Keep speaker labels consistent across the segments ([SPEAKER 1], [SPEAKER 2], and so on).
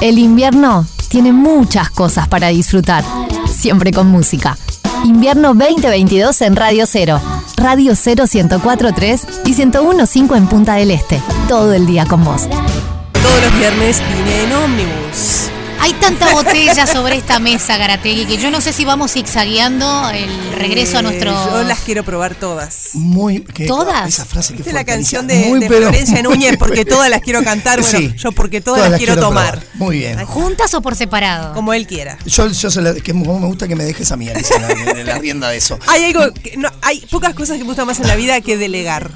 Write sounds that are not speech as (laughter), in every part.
[SPEAKER 1] El invierno tiene muchas cosas para disfrutar, siempre con música. Invierno 2022 en Radio Cero. Radio 0 1043 y 1015 en Punta del Este. Todo el día con vos.
[SPEAKER 2] Todos los viernes vine en ómnibus.
[SPEAKER 3] Hay tanta botella sobre esta mesa, Garategui, que yo no sé si vamos zigzagueando el regreso a nuestro.
[SPEAKER 2] Eh, Yo las quiero probar todas.
[SPEAKER 4] Muy. que-
[SPEAKER 3] ¿Todas?
[SPEAKER 4] Esa frase que
[SPEAKER 2] ¿Viste
[SPEAKER 4] fue
[SPEAKER 2] la canción de,
[SPEAKER 4] Muy,
[SPEAKER 2] de
[SPEAKER 4] pero-
[SPEAKER 2] Florencia Núñez? Porque todas las quiero cantar. Bueno,
[SPEAKER 4] Sí.
[SPEAKER 2] yo porque todas, las quiero, tomar.
[SPEAKER 4] probar. Muy bien.
[SPEAKER 3] ¿Juntas o por separado?
[SPEAKER 2] Como él quiera.
[SPEAKER 4] Yo, yo se la- que como me gusta que me dejes a mí, Alicia, en la, en la rienda de eso.
[SPEAKER 2] Hay algo. que- no, hay pocas cosas que me gustan más en la vida que delegar.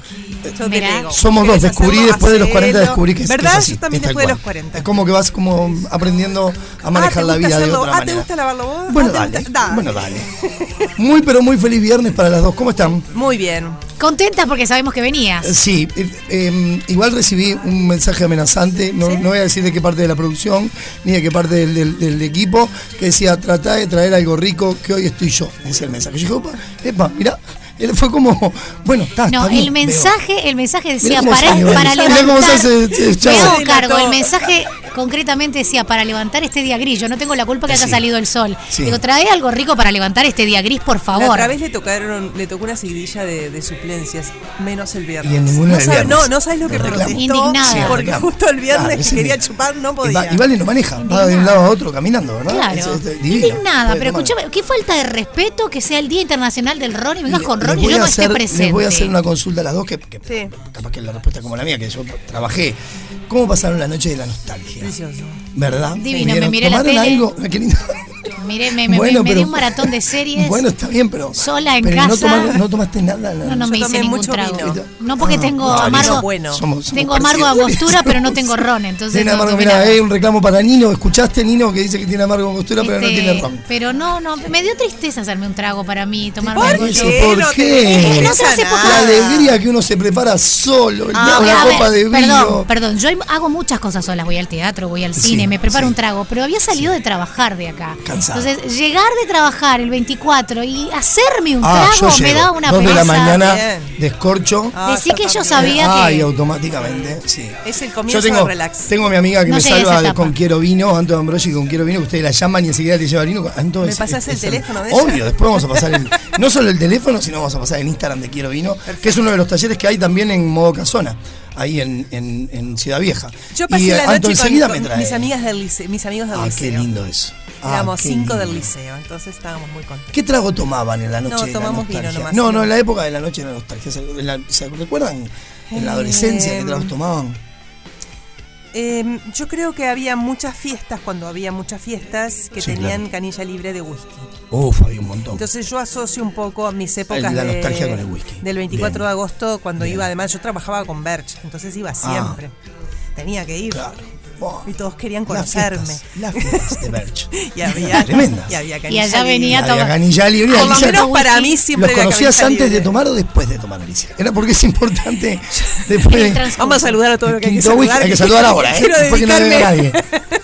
[SPEAKER 2] Yo
[SPEAKER 3] Mirá.
[SPEAKER 2] delego.
[SPEAKER 4] Somos dos,
[SPEAKER 2] ¿Querés
[SPEAKER 4] descubrí
[SPEAKER 2] hacerlo?
[SPEAKER 4] después de los 40,
[SPEAKER 2] Hacelo.
[SPEAKER 4] descubrí que es, que es
[SPEAKER 2] ¿Verdad?
[SPEAKER 4] así,
[SPEAKER 2] Yo también
[SPEAKER 4] es tal
[SPEAKER 2] después de los
[SPEAKER 4] cual.
[SPEAKER 2] 40.
[SPEAKER 4] Es como que vas como aprendiendo a manejar
[SPEAKER 2] Ah, ¿te
[SPEAKER 4] la
[SPEAKER 2] gusta
[SPEAKER 4] vida de
[SPEAKER 2] hacerlo?
[SPEAKER 4] otra
[SPEAKER 2] Ah, ¿te
[SPEAKER 4] manera.
[SPEAKER 2] gusta lavarlo vos?
[SPEAKER 4] Bueno,
[SPEAKER 2] Ah, ¿te
[SPEAKER 4] dale,
[SPEAKER 2] gusta? Dale.
[SPEAKER 4] Bueno, dale. Muy, pero muy feliz viernes para las dos. ¿Cómo están?
[SPEAKER 2] Muy bien.
[SPEAKER 3] Contentas porque sabemos que venías.
[SPEAKER 4] Sí, eh, eh, igual recibí un mensaje amenazante, no, no voy a decir de qué parte de la producción, ni de qué parte del, del- del equipo, que decía, tratá de traer algo rico, que hoy estoy yo, dice el mensaje. Yo dije, opa, epa, mirá, él fue como, bueno, está,
[SPEAKER 3] No,
[SPEAKER 4] está bien,
[SPEAKER 3] el
[SPEAKER 4] Beba.
[SPEAKER 3] mensaje, el mensaje decía
[SPEAKER 4] cómo
[SPEAKER 3] para,
[SPEAKER 4] sale,
[SPEAKER 3] para
[SPEAKER 4] Vale. Mirá
[SPEAKER 3] levantar.
[SPEAKER 4] cómo se hace, eh, chavo.
[SPEAKER 3] Me hago
[SPEAKER 2] Se
[SPEAKER 3] cargo.
[SPEAKER 2] mató.
[SPEAKER 3] El mensaje concretamente decía para levantar este día gris. Yo no tengo la culpa que haya
[SPEAKER 4] Sí.
[SPEAKER 3] salido el sol.
[SPEAKER 4] Sí.
[SPEAKER 3] Digo, trae algo rico para levantar este día gris, por
[SPEAKER 2] La
[SPEAKER 3] favor.
[SPEAKER 2] otra vez le tocaron, le tocó una seguidilla de, de suplencias, menos el viernes.
[SPEAKER 4] Y en ninguna
[SPEAKER 2] no,
[SPEAKER 4] del
[SPEAKER 2] sabe-
[SPEAKER 4] viernes.
[SPEAKER 2] no, no sabes lo que
[SPEAKER 4] Lo
[SPEAKER 2] protestó.
[SPEAKER 4] reclamo.
[SPEAKER 3] Indignada.
[SPEAKER 4] Sí,
[SPEAKER 2] Porque
[SPEAKER 4] reclamo.
[SPEAKER 2] justo el viernes
[SPEAKER 4] Claro,
[SPEAKER 2] que
[SPEAKER 4] ese
[SPEAKER 2] quería
[SPEAKER 4] me-
[SPEAKER 2] chupar no
[SPEAKER 4] Y, va-
[SPEAKER 2] podía.
[SPEAKER 4] y Vale no maneja, va de un lado a otro caminando, ¿verdad?
[SPEAKER 3] Claro.
[SPEAKER 4] Ah, Es, es, es divino.
[SPEAKER 3] Indignada,
[SPEAKER 4] Puede
[SPEAKER 3] pero
[SPEAKER 4] tomar.
[SPEAKER 3] escúchame, qué falta de respeto que sea el Día Internacional del Ron y vengas
[SPEAKER 4] Le-
[SPEAKER 3] con
[SPEAKER 4] les
[SPEAKER 3] Ron y
[SPEAKER 4] voy
[SPEAKER 3] yo
[SPEAKER 4] a
[SPEAKER 3] no
[SPEAKER 4] hacer-
[SPEAKER 3] esté presente.
[SPEAKER 4] Les voy a hacer una consulta a las dos, que, que
[SPEAKER 2] Sí.
[SPEAKER 4] capaz que la respuesta es como la mía, que yo trabajé. ¿Cómo pasaron la noche de la nostalgia?
[SPEAKER 2] Delicioso.
[SPEAKER 4] ¿Verdad?
[SPEAKER 3] Divino,
[SPEAKER 4] ¿Vieron?
[SPEAKER 3] me miré la
[SPEAKER 4] ¿Tomaron
[SPEAKER 3] tele.
[SPEAKER 4] algo? Qué lindo.
[SPEAKER 3] Miré, me, me- me di
[SPEAKER 4] pero-
[SPEAKER 3] un maratón de series.
[SPEAKER 4] Bueno, está bien, pero.
[SPEAKER 3] Sola en
[SPEAKER 4] pero No,
[SPEAKER 3] casa.
[SPEAKER 4] tomaron- no tomaste nada. en la
[SPEAKER 3] no, no
[SPEAKER 4] noche.
[SPEAKER 3] me hice
[SPEAKER 2] tomé
[SPEAKER 3] ningún
[SPEAKER 2] mucho
[SPEAKER 3] trago.
[SPEAKER 2] vino.
[SPEAKER 3] No
[SPEAKER 4] Ah,
[SPEAKER 3] porque tengo
[SPEAKER 2] mucho vino
[SPEAKER 3] amargo.
[SPEAKER 2] bueno.
[SPEAKER 4] Somos- somos
[SPEAKER 3] Tengo amargo
[SPEAKER 4] parecidos.
[SPEAKER 3] angostura, pero no
[SPEAKER 4] (laughs)
[SPEAKER 3] tengo ron, entonces
[SPEAKER 4] Tiene
[SPEAKER 3] no
[SPEAKER 4] amargo,
[SPEAKER 3] tomé
[SPEAKER 4] mira,
[SPEAKER 3] nada.
[SPEAKER 4] hay un reclamo para Nino. ¿Escuchaste, Nino, que dice que tiene amargo angostura, pero no
[SPEAKER 3] Este,
[SPEAKER 4] tiene ron?
[SPEAKER 3] pero no, no, me dio tristeza hacerme un trago para mí, tomarme
[SPEAKER 2] ¿Por
[SPEAKER 3] algo.
[SPEAKER 2] qué?
[SPEAKER 4] Eso, ¿por
[SPEAKER 2] No te-
[SPEAKER 4] qué?
[SPEAKER 3] No se hace
[SPEAKER 2] Nada.
[SPEAKER 3] poca-
[SPEAKER 4] La alegría que uno se prepara solo,
[SPEAKER 2] Ah,
[SPEAKER 4] una
[SPEAKER 3] A ver,
[SPEAKER 4] copa de vino.
[SPEAKER 3] Perdón, perdón, yo hago muchas cosas solas, voy al teatro, voy al
[SPEAKER 4] Sí,
[SPEAKER 3] cine, me preparo
[SPEAKER 4] sí.
[SPEAKER 3] un trago, pero había salido de trabajar de acá.
[SPEAKER 4] Cansado.
[SPEAKER 3] Entonces, llegar de trabajar el 24 y hacerme un
[SPEAKER 4] Ah,
[SPEAKER 3] trago
[SPEAKER 4] yo
[SPEAKER 3] me
[SPEAKER 4] llego.
[SPEAKER 3] da una
[SPEAKER 4] Dos
[SPEAKER 3] pereza.
[SPEAKER 4] de la mañana,
[SPEAKER 2] Bien.
[SPEAKER 4] descorcho.
[SPEAKER 2] Ah,
[SPEAKER 3] Decí
[SPEAKER 2] yo
[SPEAKER 3] que yo
[SPEAKER 2] también.
[SPEAKER 3] sabía
[SPEAKER 4] Ay,
[SPEAKER 3] que
[SPEAKER 4] automáticamente, sí.
[SPEAKER 2] Es el comienzo
[SPEAKER 4] Yo tengo,
[SPEAKER 2] del relax.
[SPEAKER 4] Tengo mi amiga que
[SPEAKER 3] No
[SPEAKER 4] me
[SPEAKER 3] llegué a esa
[SPEAKER 4] salva de
[SPEAKER 3] etapa.
[SPEAKER 4] con Quiero Vino, Anto Ambrosi con Quiero Vino, que ustedes la llaman y enseguida te lleva vino. Anto
[SPEAKER 2] ¿Me
[SPEAKER 4] es-
[SPEAKER 2] pasás
[SPEAKER 4] es-
[SPEAKER 2] el
[SPEAKER 4] es-
[SPEAKER 2] teléfono de ella?
[SPEAKER 4] Obvio, después vamos a
[SPEAKER 2] (laughs)
[SPEAKER 4] pasar el, no solo el teléfono, sino vamos a pasar el Instagram de Quiero Vino, que es uno de los talleres que hay también en modo casona, ahí en, en- en Ciudad Vieja.
[SPEAKER 2] Yo pasé
[SPEAKER 4] y eh,
[SPEAKER 2] la
[SPEAKER 4] Anto
[SPEAKER 2] noche con,
[SPEAKER 4] enseguida
[SPEAKER 2] con
[SPEAKER 4] me trae.
[SPEAKER 2] mis amigas del liceo, mis amigos del
[SPEAKER 4] ah,
[SPEAKER 2] liceo.
[SPEAKER 4] qué lindo eso. Ah,
[SPEAKER 2] Éramos
[SPEAKER 4] qué
[SPEAKER 2] cinco del
[SPEAKER 4] lindo.
[SPEAKER 2] liceo, entonces estábamos muy contentos.
[SPEAKER 4] ¿Qué trago tomaban en la noche
[SPEAKER 2] No,
[SPEAKER 4] de la
[SPEAKER 2] tomamos vino
[SPEAKER 4] nostalgia?
[SPEAKER 2] nomás.
[SPEAKER 4] no, no, en la época de la noche de la nostalgia. ¿Se, en la- ¿se recuerdan? En la adolescencia, ¿qué
[SPEAKER 2] Em,
[SPEAKER 4] tragos tomaban?
[SPEAKER 2] Eh, yo creo que había muchas fiestas cuando había muchas fiestas que
[SPEAKER 4] Sí,
[SPEAKER 2] tenían
[SPEAKER 4] claro.
[SPEAKER 2] canilla libre de whisky.
[SPEAKER 4] Uf, había un montón.
[SPEAKER 2] Entonces yo asocio un poco a mis épocas
[SPEAKER 4] La
[SPEAKER 2] de-
[SPEAKER 4] nostalgia con el whisky.
[SPEAKER 2] del 24
[SPEAKER 4] Bien.
[SPEAKER 2] de agosto cuando
[SPEAKER 4] Bien. Ah.
[SPEAKER 2] iba además yo trabajaba con Berch, entonces iba siempre. Tenía que ir.
[SPEAKER 4] claro. Buah.
[SPEAKER 2] Y todos querían
[SPEAKER 4] Las
[SPEAKER 2] conocerme.
[SPEAKER 4] fiestas, Las fiestas de Berch.
[SPEAKER 2] (laughs) Y había
[SPEAKER 4] Tremendas.
[SPEAKER 2] Y había
[SPEAKER 3] Y allá
[SPEAKER 2] canilla
[SPEAKER 3] venía
[SPEAKER 2] libre.
[SPEAKER 3] to-
[SPEAKER 4] Había canilla libre.
[SPEAKER 2] Por lo
[SPEAKER 4] Alicia,
[SPEAKER 2] menos para mí siempre
[SPEAKER 4] ¿Los
[SPEAKER 2] había
[SPEAKER 4] conocías
[SPEAKER 2] canilla
[SPEAKER 4] antes de
[SPEAKER 2] libre.
[SPEAKER 4] tomar o después de tomar, Alicia? Era porque
[SPEAKER 2] (laughs)
[SPEAKER 4] es importante. después de-
[SPEAKER 2] Vamos a saludar a todo lo que hay que
[SPEAKER 4] Quinto
[SPEAKER 2] saludar.
[SPEAKER 4] whisky, hay que saludar ahora, ¿eh?
[SPEAKER 2] Quiero
[SPEAKER 4] Después que no
[SPEAKER 2] dedicarme-
[SPEAKER 4] vea nadie. Eh,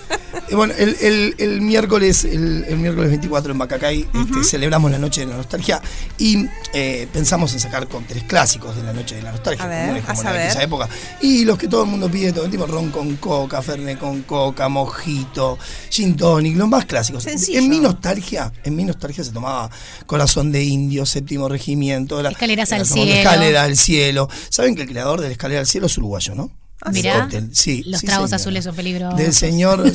[SPEAKER 4] Bueno, el, el- el miércoles el, el miércoles 24 en Bacacay este, celebramos la Noche de la Nostalgia y eh, pensamos en sacar cócteles clásicos de la Noche de la Nostalgia,
[SPEAKER 2] A ver,
[SPEAKER 4] comunes
[SPEAKER 2] a
[SPEAKER 4] como en
[SPEAKER 2] saber.
[SPEAKER 4] aquella época. Y los que todo el mundo pide todo el tiempo, ron con coca, fernet con coca, mojito, gin tonic, los más clásicos.
[SPEAKER 2] Sencillo.
[SPEAKER 4] En mi nostalgia, en mi nostalgia se tomaba corazón de indio, séptimo regimiento, era-
[SPEAKER 3] Escaleras
[SPEAKER 4] era
[SPEAKER 3] al
[SPEAKER 4] como
[SPEAKER 3] cielo.
[SPEAKER 4] Escalera al cielo. ¿Saben que el creador de la escalera al cielo es uruguayo, ¿no?
[SPEAKER 3] Ah,
[SPEAKER 4] El
[SPEAKER 3] mirá.
[SPEAKER 4] cóctel, sí,
[SPEAKER 3] Los
[SPEAKER 4] sí,
[SPEAKER 3] tragos
[SPEAKER 4] señora.
[SPEAKER 3] azules son peligrosos.
[SPEAKER 4] Del señor,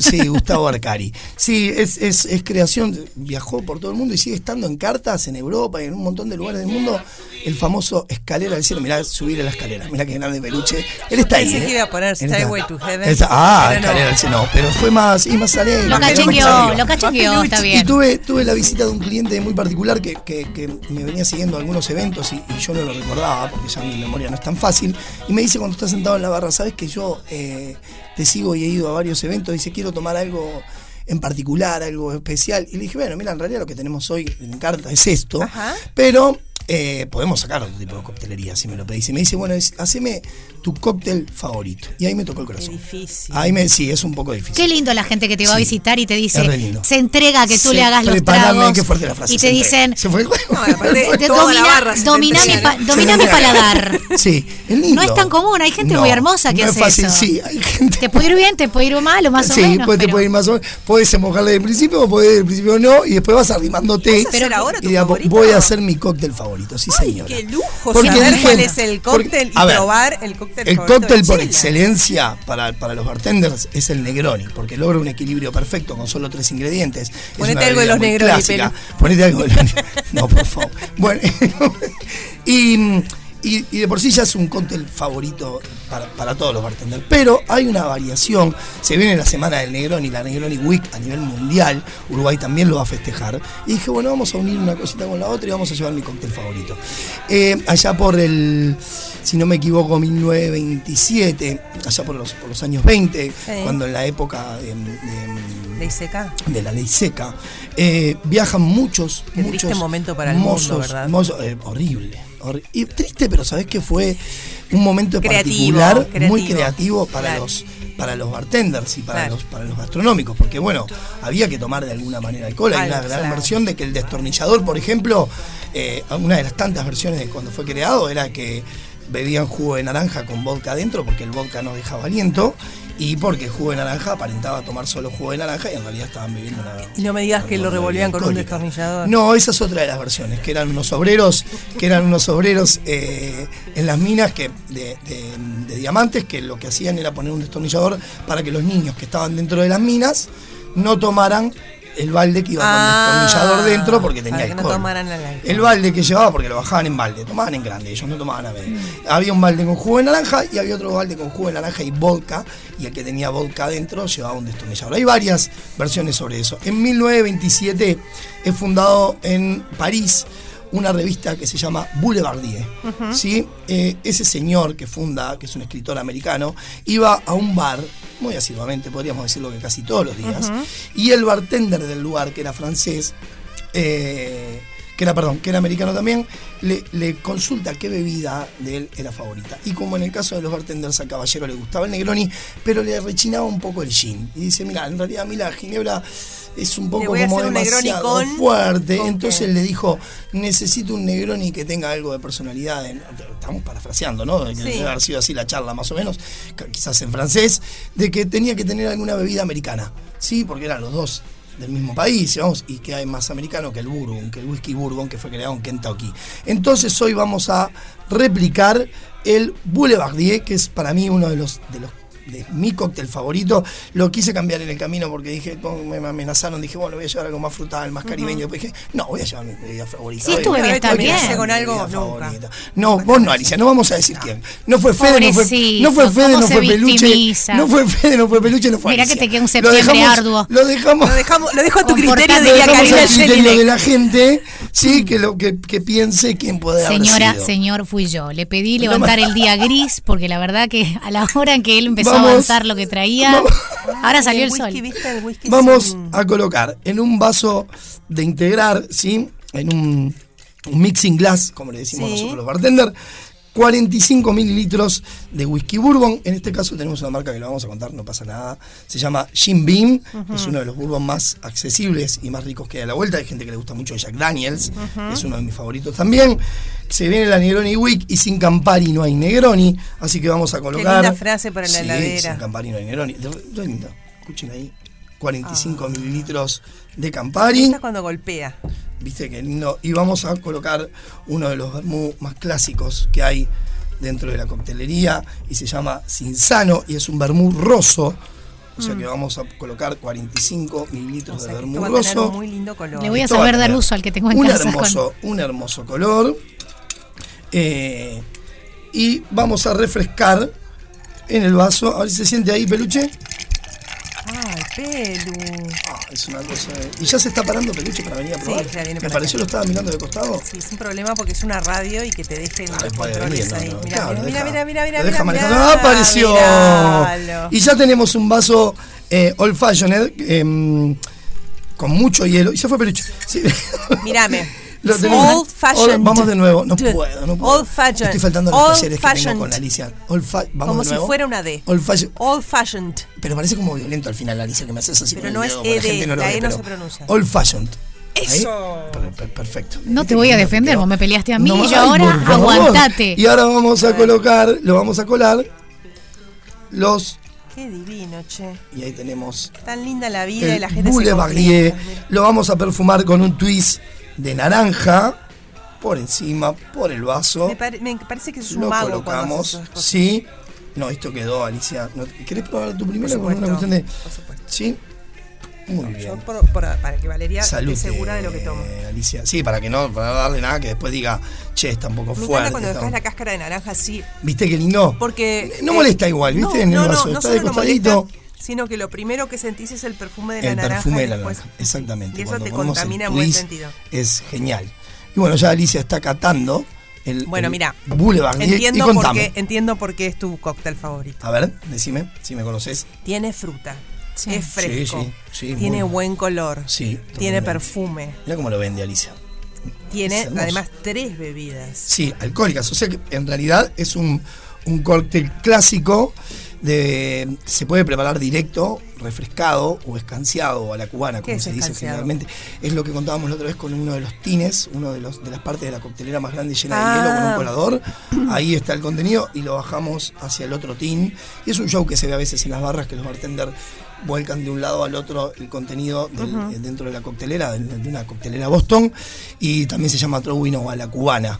[SPEAKER 3] (laughs)
[SPEAKER 4] sí, Gustavo Arcari. Sí, es, es, es creación, viajó por todo el mundo y sigue estando en cartas en Europa y en un montón de lugares del mundo. El famoso escalera del cielo, mirá, subir a la escalera, mirá qué grande peluche. Él está ahí.
[SPEAKER 2] Pensé
[SPEAKER 4] ¿eh?
[SPEAKER 2] que iba a poner
[SPEAKER 4] Él está-
[SPEAKER 2] Stairway to Heaven,
[SPEAKER 4] Él está- ah,
[SPEAKER 2] pero no.
[SPEAKER 4] escalera del cielo, no, pero fue más, y más alegre.
[SPEAKER 3] Lo
[SPEAKER 4] más
[SPEAKER 3] cachengueó,
[SPEAKER 4] arriba.
[SPEAKER 3] lo cachengueó, está
[SPEAKER 4] Y
[SPEAKER 3] bien.
[SPEAKER 4] tuve, tuve la visita de un cliente muy particular que, que- que me venía siguiendo a algunos eventos y, y yo no lo recordaba porque ya mi memoria no es tan fácil. Y me dice cuando está sentado en la barra, ¿sabes que yo eh, te sigo y he ido a varios eventos? Dice, quiero tomar algo en particular, algo especial. Y le dije, bueno, mira, en realidad lo que tenemos hoy en carta es esto,
[SPEAKER 2] Ajá.
[SPEAKER 4] pero... eh, podemos sacar otro tipo de coctelería si me lo pedís. Y me dice, bueno, es- haceme tu cóctel favorito. Y ahí me tocó el
[SPEAKER 2] Qué
[SPEAKER 4] corazón.
[SPEAKER 2] difícil.
[SPEAKER 4] Ahí me sí, es un poco difícil.
[SPEAKER 3] Qué lindo la gente que te va a
[SPEAKER 4] Sí.
[SPEAKER 3] visitar y te
[SPEAKER 4] Es
[SPEAKER 3] dice,
[SPEAKER 4] re lindo.
[SPEAKER 3] se entrega a que tú
[SPEAKER 4] Se-
[SPEAKER 3] le hagas los
[SPEAKER 4] prepárame,
[SPEAKER 3] tragos.
[SPEAKER 4] qué fuerte la frase,
[SPEAKER 3] y
[SPEAKER 4] se
[SPEAKER 3] te dicen,
[SPEAKER 4] entrega. Se fue el juego.
[SPEAKER 2] No,
[SPEAKER 4] (laughs)
[SPEAKER 2] aparte,
[SPEAKER 3] "Te
[SPEAKER 2] toda la
[SPEAKER 3] domina-
[SPEAKER 2] barra se te
[SPEAKER 3] domina mi,
[SPEAKER 2] entrega,
[SPEAKER 3] pa- domina mi paladar.
[SPEAKER 4] Sí, es lindo.
[SPEAKER 3] No es tan común, hay gente
[SPEAKER 4] No,
[SPEAKER 3] muy hermosa que
[SPEAKER 4] no
[SPEAKER 3] hace
[SPEAKER 4] es fácil,
[SPEAKER 3] eso.
[SPEAKER 4] sí, hay gente.
[SPEAKER 3] Te puede ir bien, te puede ir mal o más
[SPEAKER 4] sí,
[SPEAKER 3] o menos.
[SPEAKER 4] puede, te
[SPEAKER 3] pero-
[SPEAKER 4] puede ir más o menos. Puedes mojarle del principio o puedes del principio no, y después vas arrimándote.
[SPEAKER 2] ¿Vas a hacer
[SPEAKER 4] y
[SPEAKER 2] ahora tu
[SPEAKER 4] de a po-
[SPEAKER 2] favorito?
[SPEAKER 4] voy a hacer mi cóctel favorito, sí,
[SPEAKER 2] Ay,
[SPEAKER 4] señora.
[SPEAKER 2] qué lujo saber cuál es el cóctel
[SPEAKER 4] porque-
[SPEAKER 2] y
[SPEAKER 4] a ver,
[SPEAKER 2] probar el cóctel
[SPEAKER 4] El
[SPEAKER 2] este favorito
[SPEAKER 4] cóctel
[SPEAKER 2] de
[SPEAKER 4] por
[SPEAKER 2] Chela.
[SPEAKER 4] excelencia para, para los bartenders es el Negroni, porque logra un equilibrio perfecto con solo tres ingredientes. Es
[SPEAKER 2] Ponete
[SPEAKER 4] una
[SPEAKER 2] algo de
[SPEAKER 4] bebida
[SPEAKER 2] los
[SPEAKER 4] muy
[SPEAKER 2] Negroni,
[SPEAKER 4] clásica. Ponete algo (laughs) de los Negroni. No, por favor. Bueno, (laughs) y, y- y de por sí ya es un cóctel favorito para, para todos los bartenders. Pero hay una variación. Se viene la semana del Negroni, la Negroni Week a nivel mundial. Uruguay también lo va a festejar. Y dije, bueno, vamos a unir una cosita con la otra y vamos a llevar mi cóctel favorito. Eh, allá por el, si no me equivoco, 1927, allá por los, por los años 20, cuando en la época em, em,
[SPEAKER 2] Le hice acá.
[SPEAKER 4] de la ley seca, eh, viajan muchos,
[SPEAKER 2] Qué
[SPEAKER 4] muchos
[SPEAKER 2] triste momento para el mundo,
[SPEAKER 4] mozos,
[SPEAKER 2] ¿verdad?
[SPEAKER 4] mozos, eh, horrible, horri- y triste, pero sabes que fue un momento
[SPEAKER 2] Creativo,
[SPEAKER 4] particular, muy
[SPEAKER 2] creativo,
[SPEAKER 4] creativo para
[SPEAKER 2] claro.
[SPEAKER 4] los para los bartenders y para
[SPEAKER 2] Claro.
[SPEAKER 4] los para los gastronómicos, porque bueno, había que tomar de alguna manera alcohol, hay una
[SPEAKER 2] Algo,
[SPEAKER 4] gran
[SPEAKER 2] claro.
[SPEAKER 4] versión de que el destornillador, por ejemplo, eh, una de las tantas versiones de cuando fue creado era que bebían jugo de naranja con vodka adentro porque el vodka no dejaba aliento y porque el jugo de naranja aparentaba tomar solo jugo de naranja y en realidad estaban bebiendo una
[SPEAKER 2] Y no me digas que lo revolvían con un
[SPEAKER 4] alcohólica.
[SPEAKER 2] destornillador.
[SPEAKER 4] No, esa es otra de las versiones, que eran unos obreros, que eran unos obreros eh, en las minas que, de, de- de diamantes, que lo que hacían era poner un destornillador para que los niños que estaban dentro de las minas no tomaran el balde que iba
[SPEAKER 2] Ah,
[SPEAKER 4] con el destornillador dentro porque
[SPEAKER 2] para
[SPEAKER 4] tenía
[SPEAKER 2] que no
[SPEAKER 4] alcohol.
[SPEAKER 2] tomaran el alcohol.
[SPEAKER 4] El balde que llevaba, porque lo bajaban en balde, tomaban en grande, ellos no tomaban a ver. Había un balde con jugo de naranja y había otro balde con jugo de naranja y vodka, y el que tenía vodka adentro llevaba un destornillador. Hay varias versiones sobre eso. En 1927 es fundado en París una revista que se llama Boulevardier. ¿sí? Eh, ese señor que funda, que es un escritor americano, iba a un bar, muy asiduamente, podríamos decirlo que casi todos los días, y el bartender del lugar, que era francés, eh, que era, perdón, que era americano también, le, le consulta qué bebida de él era favorita. Y como en el caso de los bartenders, al caballero le gustaba el Negroni, pero le rechinaba un poco el gin. Y dice, mira, en realidad a mí la ginebra es un poco
[SPEAKER 2] voy a
[SPEAKER 4] como
[SPEAKER 2] hacer un Negroni
[SPEAKER 4] demasiado
[SPEAKER 2] con-
[SPEAKER 4] fuerte.
[SPEAKER 2] ¿con
[SPEAKER 4] Entonces
[SPEAKER 2] qué?
[SPEAKER 4] le dijo, necesito un Negroni que tenga algo de personalidad. en- Estamos parafraseando, ¿no? De
[SPEAKER 2] Sí.
[SPEAKER 4] que Debe haber sido así la charla, más o menos, ca- quizás en francés, de que tenía que tener alguna bebida americana. Sí, porque eran los dos del mismo país, y vamos, y que hay más americano que el bourbon, que el whisky bourbon que fue creado en Kentucky. Entonces hoy vamos a replicar el Boulevardier, que es para mí uno de los, de los de mi cóctel favorito. Lo quise cambiar en el camino porque dije, como me amenazaron, dije, bueno, voy a llevar algo más frutal, más caribeño. Después dije, no, voy a llevar mi bebida favorita.
[SPEAKER 3] Sí,
[SPEAKER 4] Hoy-
[SPEAKER 3] estuve bien
[SPEAKER 4] hoy quiero
[SPEAKER 3] también.
[SPEAKER 4] hacer
[SPEAKER 2] Con
[SPEAKER 4] mi
[SPEAKER 2] algo,
[SPEAKER 4] bebida
[SPEAKER 2] nunca.
[SPEAKER 4] favorita. No, vos no, Alicia, no vamos a decir quién. No fue Fede, no fue, no fue
[SPEAKER 3] Pobrecito,
[SPEAKER 4] Fede,
[SPEAKER 3] ¿cómo
[SPEAKER 4] no
[SPEAKER 3] se
[SPEAKER 4] fue Peluche.
[SPEAKER 3] victimiza?
[SPEAKER 4] No fue Fede, no fue Peluche, no fue
[SPEAKER 3] Mirá
[SPEAKER 4] Alicia.
[SPEAKER 3] que te queda un
[SPEAKER 4] Lo
[SPEAKER 3] septiembre
[SPEAKER 4] dejamos-
[SPEAKER 3] arduo.
[SPEAKER 4] Lo dejamos,
[SPEAKER 2] Lo dejamos, lo dejo a tu
[SPEAKER 3] Comportate.
[SPEAKER 2] criterio,
[SPEAKER 4] lo
[SPEAKER 2] diría
[SPEAKER 4] dejamos
[SPEAKER 2] Karina
[SPEAKER 4] al criterio de
[SPEAKER 2] Jelinek.
[SPEAKER 4] la gente, sí, que lo que, que piense quién puede haber
[SPEAKER 3] Señora,
[SPEAKER 4] sido.
[SPEAKER 3] señor, fui yo. Le pedí
[SPEAKER 4] No
[SPEAKER 3] levantar
[SPEAKER 4] me-
[SPEAKER 3] el día gris porque la verdad que a la hora en que él empezó
[SPEAKER 4] Vamos.
[SPEAKER 3] a avanzar lo que traía,
[SPEAKER 4] Vamos.
[SPEAKER 3] ahora salió el
[SPEAKER 2] whisky,
[SPEAKER 3] sol.
[SPEAKER 2] ¿viste? El whisky es
[SPEAKER 4] Vamos
[SPEAKER 2] un-
[SPEAKER 4] a colocar en un vaso de integrar, ¿sí? En un, un mixing glass, como le decimos
[SPEAKER 2] Sí.
[SPEAKER 4] nosotros los bartenders, 45 mililitros de whisky bourbon. En este caso tenemos una marca que lo vamos a contar, no pasa nada. Se llama Jim Beam. Es uno de los bourbon más accesibles y más ricos que hay a la vuelta. Hay gente que le gusta mucho Jack Daniels. Es uno de mis favoritos también. Se viene la Negroni Week y sin Campari no hay Negroni. Así que vamos a colocar...
[SPEAKER 2] linda frase para la
[SPEAKER 4] Sí,
[SPEAKER 2] heladera.
[SPEAKER 4] sin Campari no hay Negroni. De- de- lindo. Escuchen ahí. 45 mililitros de Campari.
[SPEAKER 2] Esta cuando golpea.
[SPEAKER 4] Viste que lindo. Y vamos a colocar uno de los vermú más clásicos que hay dentro de la coctelería y se llama Cinsano y es un vermú roso. O sea que vamos a colocar 45 mililitros
[SPEAKER 2] O sea,
[SPEAKER 4] de
[SPEAKER 2] que esto
[SPEAKER 4] vermú
[SPEAKER 2] va a tener
[SPEAKER 4] roso.
[SPEAKER 2] un muy lindo color.
[SPEAKER 3] Le voy a
[SPEAKER 4] Esto va
[SPEAKER 3] saber dar
[SPEAKER 4] tener
[SPEAKER 3] uso al que tengo en
[SPEAKER 4] un
[SPEAKER 3] casa con-
[SPEAKER 4] Hermoso, Un hermoso color. Eh, y vamos a refrescar en el vaso. A ver si se siente ahí, peluche.
[SPEAKER 2] Ay, pelu.
[SPEAKER 4] Ah, es una cosa. de- Y ya se está parando peluche para venir a probar.
[SPEAKER 2] ya viene
[SPEAKER 4] Me
[SPEAKER 2] para
[SPEAKER 4] pareció,
[SPEAKER 2] acá.
[SPEAKER 4] lo estaba mirando de costado.
[SPEAKER 2] Sí, es un problema porque es una radio y que te dejen
[SPEAKER 4] Ah,
[SPEAKER 2] los
[SPEAKER 4] puede
[SPEAKER 2] controles
[SPEAKER 4] venir, no,
[SPEAKER 2] ahí.
[SPEAKER 4] no,
[SPEAKER 2] Mirá,
[SPEAKER 4] claro, lo
[SPEAKER 2] mirá,
[SPEAKER 4] deja-
[SPEAKER 2] mirá, mirá, mirá,
[SPEAKER 4] lo deja
[SPEAKER 2] mirá,
[SPEAKER 4] manejando.
[SPEAKER 2] mirá,
[SPEAKER 4] ¡Ah, apareció!
[SPEAKER 2] miralo.
[SPEAKER 4] Y ya tenemos un vaso eh, old fashioned em, con mucho hielo. Y se fue peluche. Sí. (laughs)
[SPEAKER 2] Mírame.
[SPEAKER 4] Lo
[SPEAKER 2] Sí.
[SPEAKER 4] tenemos.
[SPEAKER 2] Old fashioned.
[SPEAKER 4] Ahora, Vamos de nuevo. No
[SPEAKER 2] Dude.
[SPEAKER 4] puedo, no puedo.
[SPEAKER 2] Old fashioned.
[SPEAKER 4] Estoy faltando a los
[SPEAKER 2] Old
[SPEAKER 4] talleres que tengo
[SPEAKER 2] fashioned.
[SPEAKER 4] con Alicia. Old fa- vamos
[SPEAKER 2] Como
[SPEAKER 4] de
[SPEAKER 2] si
[SPEAKER 4] nuevo.
[SPEAKER 2] fuera una D.
[SPEAKER 4] Old fashioned.
[SPEAKER 2] Old fashioned.
[SPEAKER 4] Pero parece como violento al final, Alicia, que me haces así.
[SPEAKER 2] Pero
[SPEAKER 4] con el
[SPEAKER 2] no es
[SPEAKER 4] dedo, porque la
[SPEAKER 2] ED,
[SPEAKER 4] gente lo
[SPEAKER 2] la
[SPEAKER 4] ve,
[SPEAKER 2] E no
[SPEAKER 4] pero
[SPEAKER 2] se pronuncia.
[SPEAKER 4] Old fashioned. Ahí.
[SPEAKER 2] Eso.
[SPEAKER 4] Per- per- Perfecto.
[SPEAKER 3] No
[SPEAKER 4] ¿Viste
[SPEAKER 3] te voy
[SPEAKER 4] qué
[SPEAKER 3] a
[SPEAKER 4] lindo que
[SPEAKER 3] defender,
[SPEAKER 4] quedó?
[SPEAKER 3] vos me peleaste a mí y yo
[SPEAKER 4] ay,
[SPEAKER 3] ahora
[SPEAKER 4] por favor.
[SPEAKER 3] aguantate.
[SPEAKER 4] Y ahora vamos a colocar, lo vamos a colar los
[SPEAKER 2] Qué divino, che.
[SPEAKER 4] y ahí tenemos
[SPEAKER 2] Tan linda la vida y
[SPEAKER 4] el
[SPEAKER 2] la gente se
[SPEAKER 4] Boulevardier.
[SPEAKER 2] complica.
[SPEAKER 4] Lo vamos a perfumar con un twist de naranja por encima, por el vaso.
[SPEAKER 2] Me, pare- me parece que es un
[SPEAKER 4] Lo
[SPEAKER 2] mago cuando hace
[SPEAKER 4] colocamos,
[SPEAKER 2] esas cosas.
[SPEAKER 4] sí. No, esto quedó, Alicia. ¿No- ¿Querés probar tu
[SPEAKER 2] Por
[SPEAKER 4] primera con una
[SPEAKER 2] supuesto,
[SPEAKER 4] cuestión de...?
[SPEAKER 2] por supuesto.
[SPEAKER 4] Sí. Muy
[SPEAKER 2] Yo
[SPEAKER 4] bien.
[SPEAKER 2] por- por- para que Valeria
[SPEAKER 4] Salud.
[SPEAKER 2] esté segura de lo que toma.
[SPEAKER 4] eh, Alicia. Sí, para que no, para no darle nada que después diga, che, está un poco
[SPEAKER 2] Me
[SPEAKER 4] fuerte.
[SPEAKER 2] encanta cuando
[SPEAKER 4] está
[SPEAKER 2] dejas
[SPEAKER 4] un-
[SPEAKER 2] la cáscara de naranja así,
[SPEAKER 4] ¿Viste qué lindo?
[SPEAKER 2] porque...
[SPEAKER 4] No
[SPEAKER 2] eh,
[SPEAKER 4] molesta igual, ¿viste? en el vaso, está de
[SPEAKER 2] solo no
[SPEAKER 4] costadito.
[SPEAKER 2] molesta, sino que lo primero que sentís es el perfume de la
[SPEAKER 4] el
[SPEAKER 2] naranja.
[SPEAKER 4] perfume de la
[SPEAKER 2] después.
[SPEAKER 4] naranja, exactamente.
[SPEAKER 2] Y eso
[SPEAKER 4] Cuando
[SPEAKER 2] te
[SPEAKER 4] ponemos el
[SPEAKER 2] contamina en buen
[SPEAKER 4] twist,
[SPEAKER 2] sentido.
[SPEAKER 4] Es genial. Y bueno, ya Alicia está catando el,
[SPEAKER 2] Bueno,
[SPEAKER 4] el
[SPEAKER 2] mira,
[SPEAKER 4] Boulevard. Y- y,
[SPEAKER 2] Entiendo por,
[SPEAKER 4] contame.
[SPEAKER 2] qué, entiendo por qué es tu cóctel favorito.
[SPEAKER 4] A ver, decime si me conoces.
[SPEAKER 2] Tiene fruta,
[SPEAKER 3] Sí.
[SPEAKER 2] es fresco,
[SPEAKER 4] Sí, sí, sí,
[SPEAKER 2] tiene
[SPEAKER 4] muy-
[SPEAKER 2] buen color,
[SPEAKER 4] Sí,
[SPEAKER 2] tiene
[SPEAKER 4] totalmente.
[SPEAKER 2] perfume,
[SPEAKER 4] Mira cómo lo vende Alicia.
[SPEAKER 2] tiene
[SPEAKER 4] hermoso.
[SPEAKER 2] además tres bebidas.
[SPEAKER 4] Sí, alcohólicas. O sea que en realidad es un, un cóctel clásico de se puede preparar directo, refrescado o escanciado o a la cubana,
[SPEAKER 2] ¿Qué
[SPEAKER 4] como
[SPEAKER 2] es
[SPEAKER 4] se dice
[SPEAKER 2] escanciado?
[SPEAKER 4] generalmente. Es lo que contábamos la otra vez con uno de los tines, uno de los de las partes de la coctelera más grande llena de hielo con
[SPEAKER 2] Ah.
[SPEAKER 4] un colador. Ahí está el contenido y lo bajamos hacia el otro tin. Y es un show que se ve a veces en las barras que los bartenders vuelcan de un lado al otro el contenido del- eh, dentro de la coctelera, de, de una coctelera Boston, y también se llama True Wino a la cubana.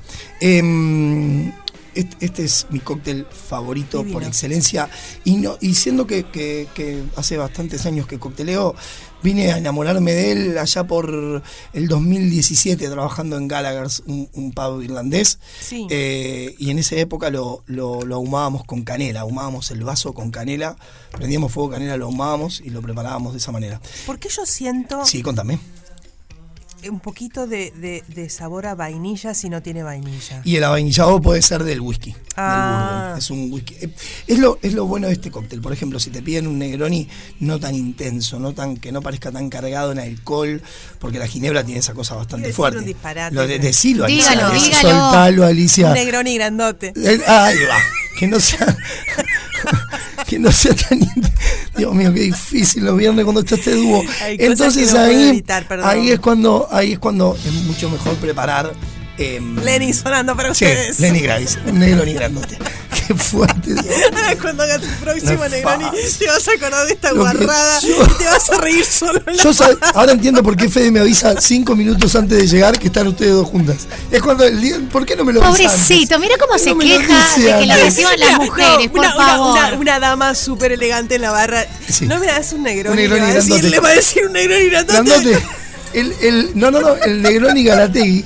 [SPEAKER 4] Em, est- este, es mi cóctel favorito por
[SPEAKER 2] Divino.
[SPEAKER 4] excelencia, y, no, y siendo que, que- que hace bastantes años que cocteleo, vine a enamorarme de él allá por el 2017 trabajando en Gallagher's, un, un pub irlandés,
[SPEAKER 2] Sí.
[SPEAKER 4] eh, y en esa época lo, lo- lo ahumábamos con canela, ahumábamos el vaso con canela, prendíamos fuego canela, lo ahumábamos y lo preparábamos de esa manera.
[SPEAKER 2] Porque yo siento
[SPEAKER 4] Sí, contame.
[SPEAKER 2] un poquito de, de- de sabor a vainilla si no tiene vainilla.
[SPEAKER 4] Y el avainillado puede ser del whisky. del
[SPEAKER 2] Ah.
[SPEAKER 4] bourbon. es un whisky. Eh, Es lo, es lo bueno de este cóctel. Por ejemplo, si te piden un Negroni no tan intenso, no tan que no parezca tan cargado en alcohol, porque la ginebra tiene esa cosa
[SPEAKER 2] Iba a
[SPEAKER 4] bastante
[SPEAKER 2] decir
[SPEAKER 4] fuerte.
[SPEAKER 2] un disparate.
[SPEAKER 4] Lo de, decilo, Alicia.
[SPEAKER 3] Dígalo,
[SPEAKER 4] Decí-
[SPEAKER 3] dígalo.
[SPEAKER 4] Soltalo, Alicia.
[SPEAKER 2] Un negroni grandote.
[SPEAKER 4] Eh, Ahí va. Que no sea. (laughs) que no sea tan. in- Dios mío, qué difícil los viernes cuando está este dúo.
[SPEAKER 2] Hay cosas
[SPEAKER 4] Entonces
[SPEAKER 2] que no puedo
[SPEAKER 4] ahí.
[SPEAKER 2] evitar, perdón.
[SPEAKER 4] ahí es cuando. Ahí es cuando es mucho mejor preparar. em,
[SPEAKER 2] Lenny sonando para
[SPEAKER 4] Sí,
[SPEAKER 2] ustedes.
[SPEAKER 4] Lenny Gravis, un negro ni grandote. (laughs) Qué fuerte. Dios.
[SPEAKER 2] (laughs) Cuando hagas tu próximo
[SPEAKER 4] No
[SPEAKER 2] Negroni,
[SPEAKER 4] fácil.
[SPEAKER 2] te vas a acordar de esta
[SPEAKER 4] Lo que
[SPEAKER 2] guarrada
[SPEAKER 4] yo-
[SPEAKER 2] y te vas a reír solo. en la-
[SPEAKER 4] Yo sab- ahora entiendo por qué Fede me avisa cinco minutos antes de llegar que están ustedes dos juntas. Es cuando el día- ¿por qué no me lo avisa
[SPEAKER 3] Pobrecito,
[SPEAKER 4] antes?
[SPEAKER 3] mira cómo
[SPEAKER 4] ¿Por qué
[SPEAKER 3] se
[SPEAKER 4] no me lo
[SPEAKER 3] queja
[SPEAKER 4] dice
[SPEAKER 3] de que lo
[SPEAKER 4] antes?
[SPEAKER 3] reciban las
[SPEAKER 2] Mira,
[SPEAKER 3] mujeres,
[SPEAKER 2] no,
[SPEAKER 3] por
[SPEAKER 2] una, una-
[SPEAKER 3] favor.
[SPEAKER 2] Una, una dama súper elegante en la barra.
[SPEAKER 4] Sí.
[SPEAKER 2] No me das un negroni.
[SPEAKER 4] Un Negroni
[SPEAKER 2] le va a decir-
[SPEAKER 4] grandote.
[SPEAKER 2] Le va a decir un negroni grandote.
[SPEAKER 4] Grandote. El, el, no, no, no, el Negroni Garategui.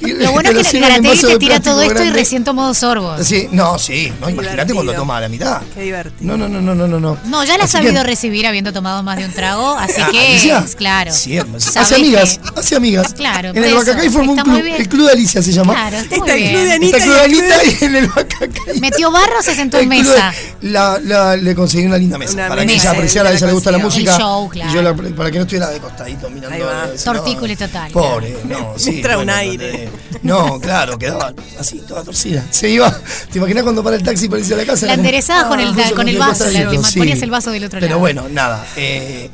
[SPEAKER 3] Lo bueno es que Garategui te tira todo esto y recién tomó dos sorbos.
[SPEAKER 4] Ah, Sí, no, sí, no, imagínate
[SPEAKER 2] Divertido.
[SPEAKER 4] cuando toma a la mitad.
[SPEAKER 2] Qué divertido.
[SPEAKER 4] No, no, no, no, no, no, no.
[SPEAKER 3] No, ya la has
[SPEAKER 4] Así que-
[SPEAKER 3] sabido recibir habiendo tomado más de un trago, así
[SPEAKER 4] Ah,
[SPEAKER 3] que
[SPEAKER 4] Alicia.
[SPEAKER 3] es claro.
[SPEAKER 4] Sí, hermoso.
[SPEAKER 3] Sabés
[SPEAKER 4] hace amigas,
[SPEAKER 3] que-
[SPEAKER 4] hace amigas.
[SPEAKER 3] Claro,
[SPEAKER 4] En
[SPEAKER 3] por
[SPEAKER 4] el
[SPEAKER 3] eso.
[SPEAKER 4] Bacacay formó un
[SPEAKER 3] Está muy
[SPEAKER 4] club,
[SPEAKER 3] bien.
[SPEAKER 4] el Club de Alicia se llama.
[SPEAKER 3] Claro, está muy
[SPEAKER 2] Está el club de
[SPEAKER 3] bien.
[SPEAKER 2] Anita
[SPEAKER 4] Está Club
[SPEAKER 2] y el club
[SPEAKER 4] Anita y (laughs) en el Bacacay.
[SPEAKER 3] Metió barro, se sentó
[SPEAKER 4] (laughs) El
[SPEAKER 3] en
[SPEAKER 4] club de-
[SPEAKER 3] mesa.
[SPEAKER 4] la- la- le conseguí una linda mesa.
[SPEAKER 2] Una
[SPEAKER 4] para que
[SPEAKER 3] mesa,
[SPEAKER 4] ella apreciara, a
[SPEAKER 2] linda
[SPEAKER 4] ella le gusta la
[SPEAKER 2] cocina.
[SPEAKER 4] música.
[SPEAKER 3] El show, claro.
[SPEAKER 4] Y yo la- para que no estuviera de costadito mirando.
[SPEAKER 2] Ahí va.
[SPEAKER 4] eh, si no,
[SPEAKER 3] Tortícule total,
[SPEAKER 4] Pobre,
[SPEAKER 2] (laughs)
[SPEAKER 4] no, sí.
[SPEAKER 2] Entra un aire.
[SPEAKER 4] eh, No, claro, quedaba así, toda torcida. Se iba. ¿Te imaginas cuando para el taxi para irse a la casa?
[SPEAKER 3] La
[SPEAKER 4] Era como,
[SPEAKER 3] enderezabas con el-
[SPEAKER 4] no sé
[SPEAKER 3] con el
[SPEAKER 4] qué
[SPEAKER 3] vaso,
[SPEAKER 4] cosa
[SPEAKER 3] la-
[SPEAKER 4] decirlo,
[SPEAKER 3] te ponías el vaso del otro
[SPEAKER 4] Pero
[SPEAKER 3] lado.
[SPEAKER 4] bueno, nada. eh,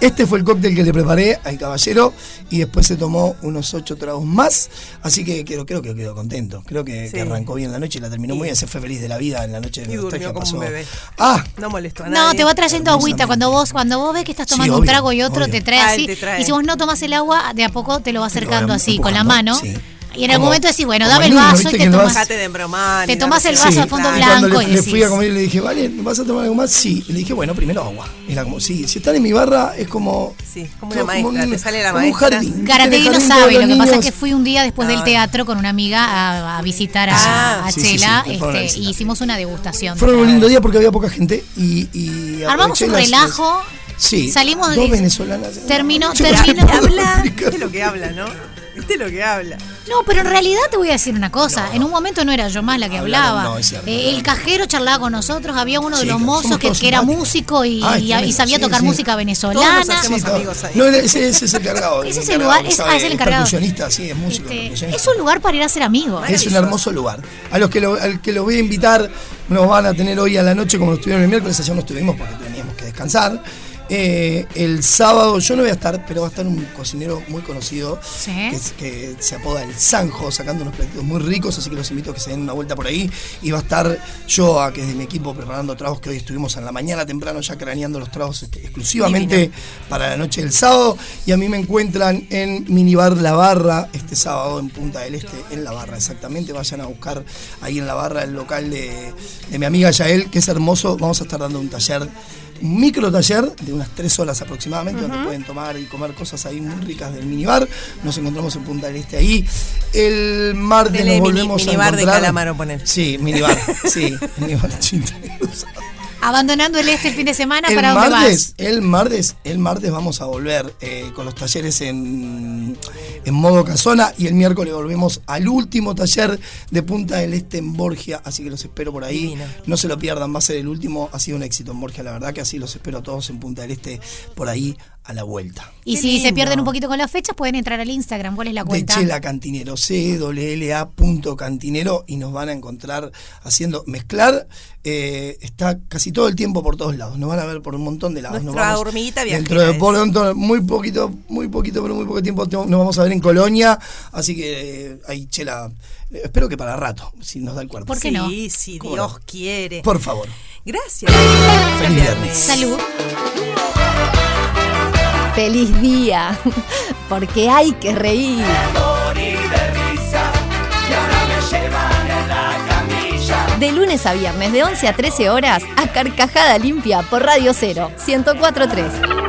[SPEAKER 4] este fue el cóctel que le preparé al caballero y después se tomó unos ocho tragos más. Así que creo, creo que quedó contento. Creo que,
[SPEAKER 2] Sí.
[SPEAKER 4] que arrancó bien la noche y la terminó muy bien. Se fue feliz de la vida en la noche de
[SPEAKER 2] Y durmió
[SPEAKER 4] nostalgia.
[SPEAKER 2] como
[SPEAKER 4] Pasó.
[SPEAKER 2] un bebé.
[SPEAKER 4] Ah,
[SPEAKER 2] No molesto a nadie.
[SPEAKER 3] No, te va trayendo agüita.
[SPEAKER 4] Hermosamente.
[SPEAKER 3] Cuando vos, cuando vos ves que estás
[SPEAKER 4] Sí,
[SPEAKER 3] tomando un
[SPEAKER 4] obvio,
[SPEAKER 3] trago y otro,
[SPEAKER 4] obvio.
[SPEAKER 3] te trae
[SPEAKER 2] Ah,
[SPEAKER 3] así.
[SPEAKER 2] te trae.
[SPEAKER 3] Y si vos no tomás el agua, de a poco te lo va acercando
[SPEAKER 4] Lo va
[SPEAKER 3] así, con la
[SPEAKER 4] empujando,
[SPEAKER 3] mano.
[SPEAKER 4] sí.
[SPEAKER 3] Y en algún
[SPEAKER 4] Como-
[SPEAKER 3] momento decís, bueno,
[SPEAKER 4] como
[SPEAKER 3] dame
[SPEAKER 4] el
[SPEAKER 3] el
[SPEAKER 4] niño,
[SPEAKER 3] vaso
[SPEAKER 4] ¿viste
[SPEAKER 3] y
[SPEAKER 4] que
[SPEAKER 3] te
[SPEAKER 4] el
[SPEAKER 3] tomas.
[SPEAKER 2] Dejate de embromar.
[SPEAKER 3] Te
[SPEAKER 2] y
[SPEAKER 3] tomás
[SPEAKER 2] dame-
[SPEAKER 3] el vaso a fondo
[SPEAKER 4] y
[SPEAKER 3] blanco.
[SPEAKER 4] Ah, cuando le,
[SPEAKER 3] y
[SPEAKER 4] le fui
[SPEAKER 3] decís-
[SPEAKER 4] a comer y le dije, vale, ¿me vas a tomar algo más? Sí. Y le dije, bueno, primero agua. Era como, sí, si están en mi barra es como.
[SPEAKER 2] Sí, es como una maestra, te sale la maestra.
[SPEAKER 4] Un jardín.
[SPEAKER 3] Garategui
[SPEAKER 4] Tiene
[SPEAKER 3] no
[SPEAKER 4] jardín todos
[SPEAKER 3] sabe,
[SPEAKER 4] los
[SPEAKER 3] lo que pasa es
[SPEAKER 4] niños.
[SPEAKER 3] que fui un día después del
[SPEAKER 2] Ah.
[SPEAKER 3] teatro con una amiga a, a visitar a,
[SPEAKER 2] Ah,
[SPEAKER 3] a
[SPEAKER 4] sí, sí,
[SPEAKER 3] Chela
[SPEAKER 4] sí, me fueron a
[SPEAKER 3] este, y
[SPEAKER 4] visitar.
[SPEAKER 3] hicimos una degustación.
[SPEAKER 4] Fueron un lindo día porque había poca gente y. y
[SPEAKER 3] Armamos
[SPEAKER 4] aproveché
[SPEAKER 3] un
[SPEAKER 4] las-
[SPEAKER 3] relajo,
[SPEAKER 4] Sí.
[SPEAKER 3] salimos
[SPEAKER 4] dos
[SPEAKER 3] de-
[SPEAKER 4] venezolanas.
[SPEAKER 3] terminó-
[SPEAKER 4] Yo no
[SPEAKER 3] terminó-
[SPEAKER 4] te puedo
[SPEAKER 2] Habla.
[SPEAKER 4] explicar.
[SPEAKER 2] ¿Qué es lo que habla, no? ¿Viste lo que habla?
[SPEAKER 3] No, pero en realidad te voy a decir una cosa. En un momento no era yo más la que
[SPEAKER 4] Hablaron,
[SPEAKER 3] hablaba.
[SPEAKER 4] no, es cierto.
[SPEAKER 3] Eh, el cajero charlaba con nosotros. Había uno de
[SPEAKER 4] Sí,
[SPEAKER 3] los
[SPEAKER 4] somos
[SPEAKER 3] mozos que,
[SPEAKER 4] todos
[SPEAKER 3] que era
[SPEAKER 4] simpáticos.
[SPEAKER 3] músico y,
[SPEAKER 4] Ay,
[SPEAKER 3] y-
[SPEAKER 4] tremendo.
[SPEAKER 3] y sabía
[SPEAKER 4] Sí,
[SPEAKER 3] tocar
[SPEAKER 4] sí.
[SPEAKER 3] música
[SPEAKER 2] Todos nos
[SPEAKER 3] venezolana.
[SPEAKER 2] hacemos-
[SPEAKER 4] Sí, todo.
[SPEAKER 2] amigos ahí.
[SPEAKER 4] No, él- ese, ese es
[SPEAKER 3] (laughs)
[SPEAKER 4] el encargado.
[SPEAKER 3] Ese es el
[SPEAKER 4] encargado
[SPEAKER 3] lugar,
[SPEAKER 4] que
[SPEAKER 3] es-
[SPEAKER 4] sabe,
[SPEAKER 3] es el encargado.
[SPEAKER 4] Percusionista, sí, es músico.
[SPEAKER 3] Este,
[SPEAKER 4] percusionista.
[SPEAKER 3] es un lugar para ir a ser amigos.
[SPEAKER 4] Es un hermoso lugar. A los que lo, al que los voy a invitar, nos van a tener hoy a la noche, como nos tuvieron el miércoles, ayer no estuvimos porque teníamos que descansar. Eh, el sábado yo no voy a estar, pero va a estar un cocinero muy conocido
[SPEAKER 3] Sí.
[SPEAKER 4] que, es- que se apoda el Sanjo, sacando unos platitos muy ricos, así que los invito a que se den una vuelta por ahí. Y va a estar yo, a, que es de mi equipo, preparando tragos que hoy estuvimos en la mañana temprano ya craneando los tragos este, exclusivamente para la noche del sábado. Y a mí me encuentran en Minibar La Barra, este sábado en Punta del Este, en La Barra, exactamente. Vayan a buscar ahí en La Barra el local de, de mi amiga Yael, que es hermoso. Vamos a estar dando un taller. Un micro taller de unas tres horas aproximadamente, donde pueden tomar y comer cosas ahí muy ricas del minibar. Nos encontramos en Punta del Este ahí. El martes
[SPEAKER 2] Dele
[SPEAKER 4] nos
[SPEAKER 2] mini-
[SPEAKER 4] volvemos a
[SPEAKER 2] minibar de
[SPEAKER 4] encontrar.
[SPEAKER 2] Calamaro, poner.
[SPEAKER 4] Sí, minibar.
[SPEAKER 2] (laughs)
[SPEAKER 4] Sí, minibar chinta.
[SPEAKER 3] Abandonando el este el fin de semana,
[SPEAKER 4] El
[SPEAKER 3] ¿para dónde
[SPEAKER 4] martes,
[SPEAKER 3] vas?
[SPEAKER 4] el martes, el martes vamos a volver eh, con los talleres en, en modo casona y el miércoles volvemos al último taller de Punta del Este en Borgia, así que los espero por ahí.
[SPEAKER 2] Divino.
[SPEAKER 4] No se lo pierdan, va a ser el último, ha sido un éxito en Borgia, la verdad que así los espero a todos en Punta del Este por ahí a la vuelta.
[SPEAKER 3] Y
[SPEAKER 2] Qué
[SPEAKER 3] si se
[SPEAKER 2] lindo.
[SPEAKER 3] pierden un poquito con las fechas, pueden entrar al Instagram. ¿Cuál es la
[SPEAKER 4] de
[SPEAKER 3] cuenta?
[SPEAKER 4] Chela Cantinero, CWLA.cantinero, y nos van a encontrar haciendo mezclar. eh, está casi todo el tiempo por todos lados. Nos van a ver por un montón de lados. Nos
[SPEAKER 2] Nuestra
[SPEAKER 4] vamos
[SPEAKER 2] hormiguita
[SPEAKER 4] Dentro
[SPEAKER 2] viajera
[SPEAKER 4] de por- dentro- muy poquito, muy poquito, pero muy poco tiempo te- nos vamos a ver en Colonia. Así que eh, ahí, Chela, eh, espero que para rato, si nos da el cuerpo.
[SPEAKER 3] ¿Por qué
[SPEAKER 2] sí,
[SPEAKER 3] no?
[SPEAKER 2] si
[SPEAKER 4] ¿Cómo
[SPEAKER 2] Dios
[SPEAKER 4] no?
[SPEAKER 2] quiere.
[SPEAKER 4] Por favor.
[SPEAKER 2] Gracias.
[SPEAKER 4] Feliz viernes.
[SPEAKER 3] Salud.
[SPEAKER 1] Feliz día, (laughs) porque hay que reír. De lunes a viernes, de 11 a 13 horas, a Carcajada Limpia por Radio Cero, 1043.